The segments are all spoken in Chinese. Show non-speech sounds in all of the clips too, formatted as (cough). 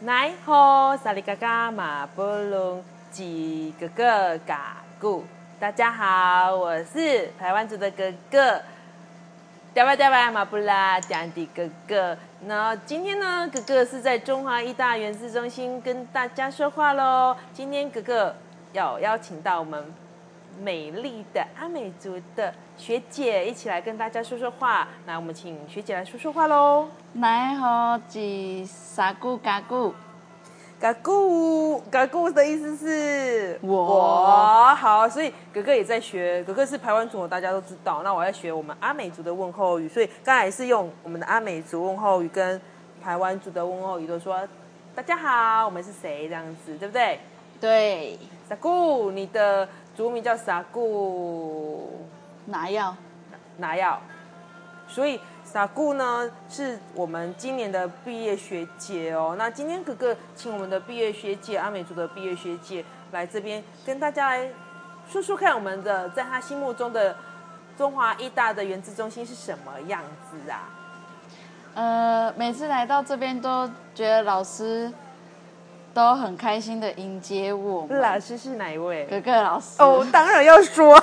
奈何萨利嘎嘎马布隆吉哥哥嘎固。大家好，我是台湾族的哥哥，嗲吧嗲吧马布拉讲的哥哥。那今天呢，哥哥是在中华医大原子中心跟大家说话喽。今天哥哥要邀请到我们美丽的阿美族的学姐一起来跟大家说说话。那我们请学姐来说说话喽。奈何吉萨古嘎古，嘎咕嘎咕的意思是我好，所以哥哥也在学，哥哥是排湾族，大家都知道。那我在学我们阿美族的问候语，所以刚才是用我们的阿美族问候语跟排湾族的问候语，都说大家好，我们是谁这样子，对不对？对，傻姑，你的族名叫傻姑，哪要？拿药。所以傻姑呢是我们今年的毕业学姐哦。那今天哥哥请我们的毕业学姐阿美族的毕业学姐来这边跟大家来说说看，我们的在她心目中的中华医大的原子中心是什么样子啊？呃，每次来到这边都觉得老师都很开心的迎接我们，老师是哪一位？格格老 (laughs) 师。哦，当然要说，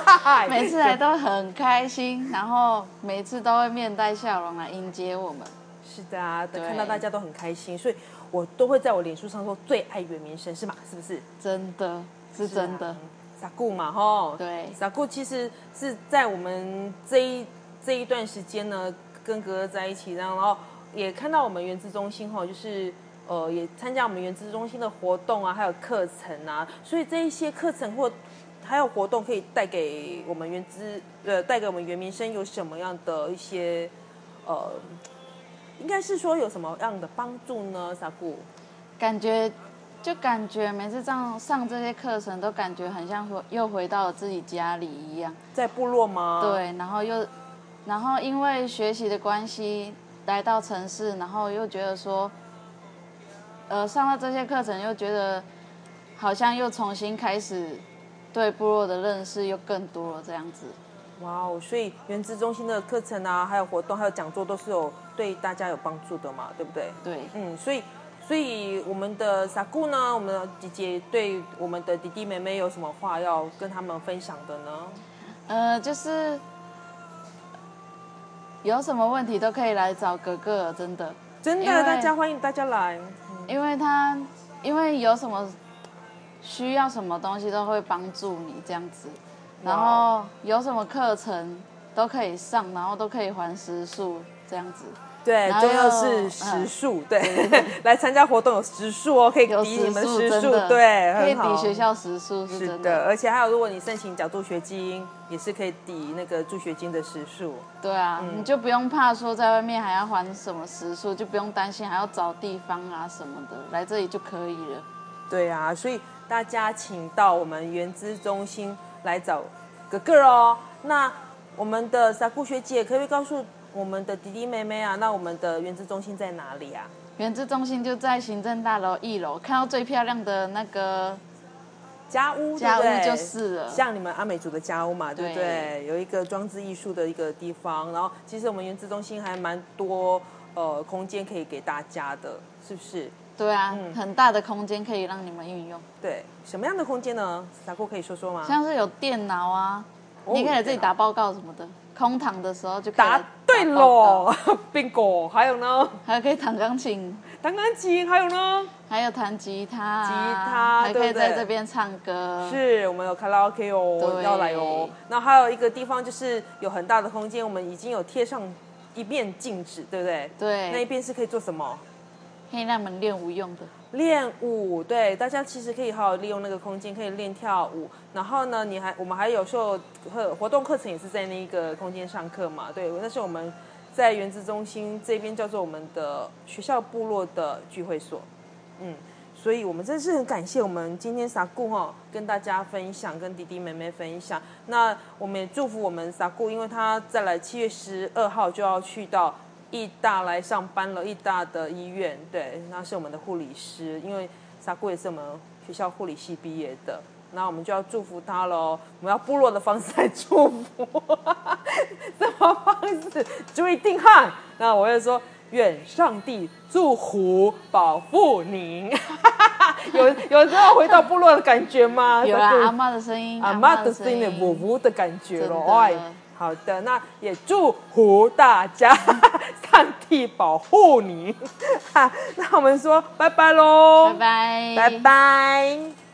每次来都很开心，然后每次都会面带笑容来迎接我们。是的啊，对看到大家都很开心，所以我都会在我脸书上说最爱原民生是吗？是不是？真的是啊真的，傻顾嘛，吼，对傻顾其实是在我们这一这一段时间呢，跟格格在一起，然后也看到我们原子中心吼，就是呃也参加我们原子中心的活动啊，还有课程啊，所以这一些课程或还有活动可以带给我们原子呃带给我们原民生有什么样的一些呃，应该是说有什么样的帮助呢？傻顾，感觉就感觉每次上上这些课程都感觉很像回又回到了自己家里一样。在部落吗？。对，然后又，然后因为学习的关系来到城市，然后又觉得说，呃，上了这些课程又觉得好像又重新开始对部落的认识又更多了这样子。哇哦！所以原子中心的课程啊，还有活动，还有讲座，都是有对大家有帮助的嘛，对不对？对，嗯，所以所以我们的傻姑呢，我们的姐姐对我们的弟弟妹妹有什么话要跟他们分享的呢？呃，就是有什么问题都可以来找格格，真的，真的，因为大家欢迎大家来。因为他因为有什么需要什么东西都会帮助你这样子，哦然后有什么课程都可以上，然后都可以还时数这样子。对，然后嗯重要是时数，对， (laughs) 来参加活动有时数哦，可以有抵时你们数时真数，的对，可以很好抵学校时数是是真的，的，而且还有，如果你申请角助学金，也是可以抵那个助学金的时数。对啊，嗯你就不用怕说在外面还要还什么时数，就不用担心还要找地方啊什么的，来这里就可以了。对啊，所以大家请到我们原资中心来找哥哥哦。那我们的傻姑学姐，可不可以告诉我们的弟弟妹妹啊？那我们的原资中心在哪里啊？原子中心就在行政大楼一楼，看到最漂亮的那个家屋，家屋对不对就是了像你们阿美族的家屋嘛，对不对？对有一个装置艺术的一个地方，然后其实我们原资中心还蛮多呃空间可以给大家的，是不是？对啊，嗯很大的空间可以让你们运用，对，什么样的空间呢？傻姑可以说说吗？像是有电脑啊，啊哦你可以自己打报告什么的。空堂的时候就可以来答对打报告，喽 (laughs) ，bingo！还有呢？还可以弹钢琴，弹钢琴，还有呢？还有弹吉他啊，吉他还可对以不对在这边唱歌。是我们有卡拉 OK 哦，对要来哦。那还有一个地方就是有很大的空间，我们已经有贴上一面镜子，对不对？那一对，边是可以做什么？可以让你们练舞用的。练舞，对，大家其实可以好好利用那个空间，可以练跳舞。然后呢，你还我们还有时候和活动课程也是在那个空间上课嘛，对，那是我们在原子中心这边叫做我们的学校部落的聚会所，嗯，所以我们真是很感谢我们今天傻顾哈跟大家分享，跟弟弟妹妹分享。那我们也祝福我们傻顾，因为他再来七月十二号就要去到义大来上班了，义大的医院，对，那是我们的护理师，因为傻姑也是我们学校护理系毕业的，那我们就要祝福他喽，我们要部落的方式来祝福，什么方式？注意定汉。那我就说愿上帝祝福保护您。 (laughs) 有有这种回到部落的感觉吗？有啦哎对，阿妈的声音，阿嬷妈的声音，呜呜的感觉真的咯，哎，好的，那也祝福大家， (laughs) 上帝保 (laughs) 护你。哈，那我们说拜拜喽，拜拜，拜拜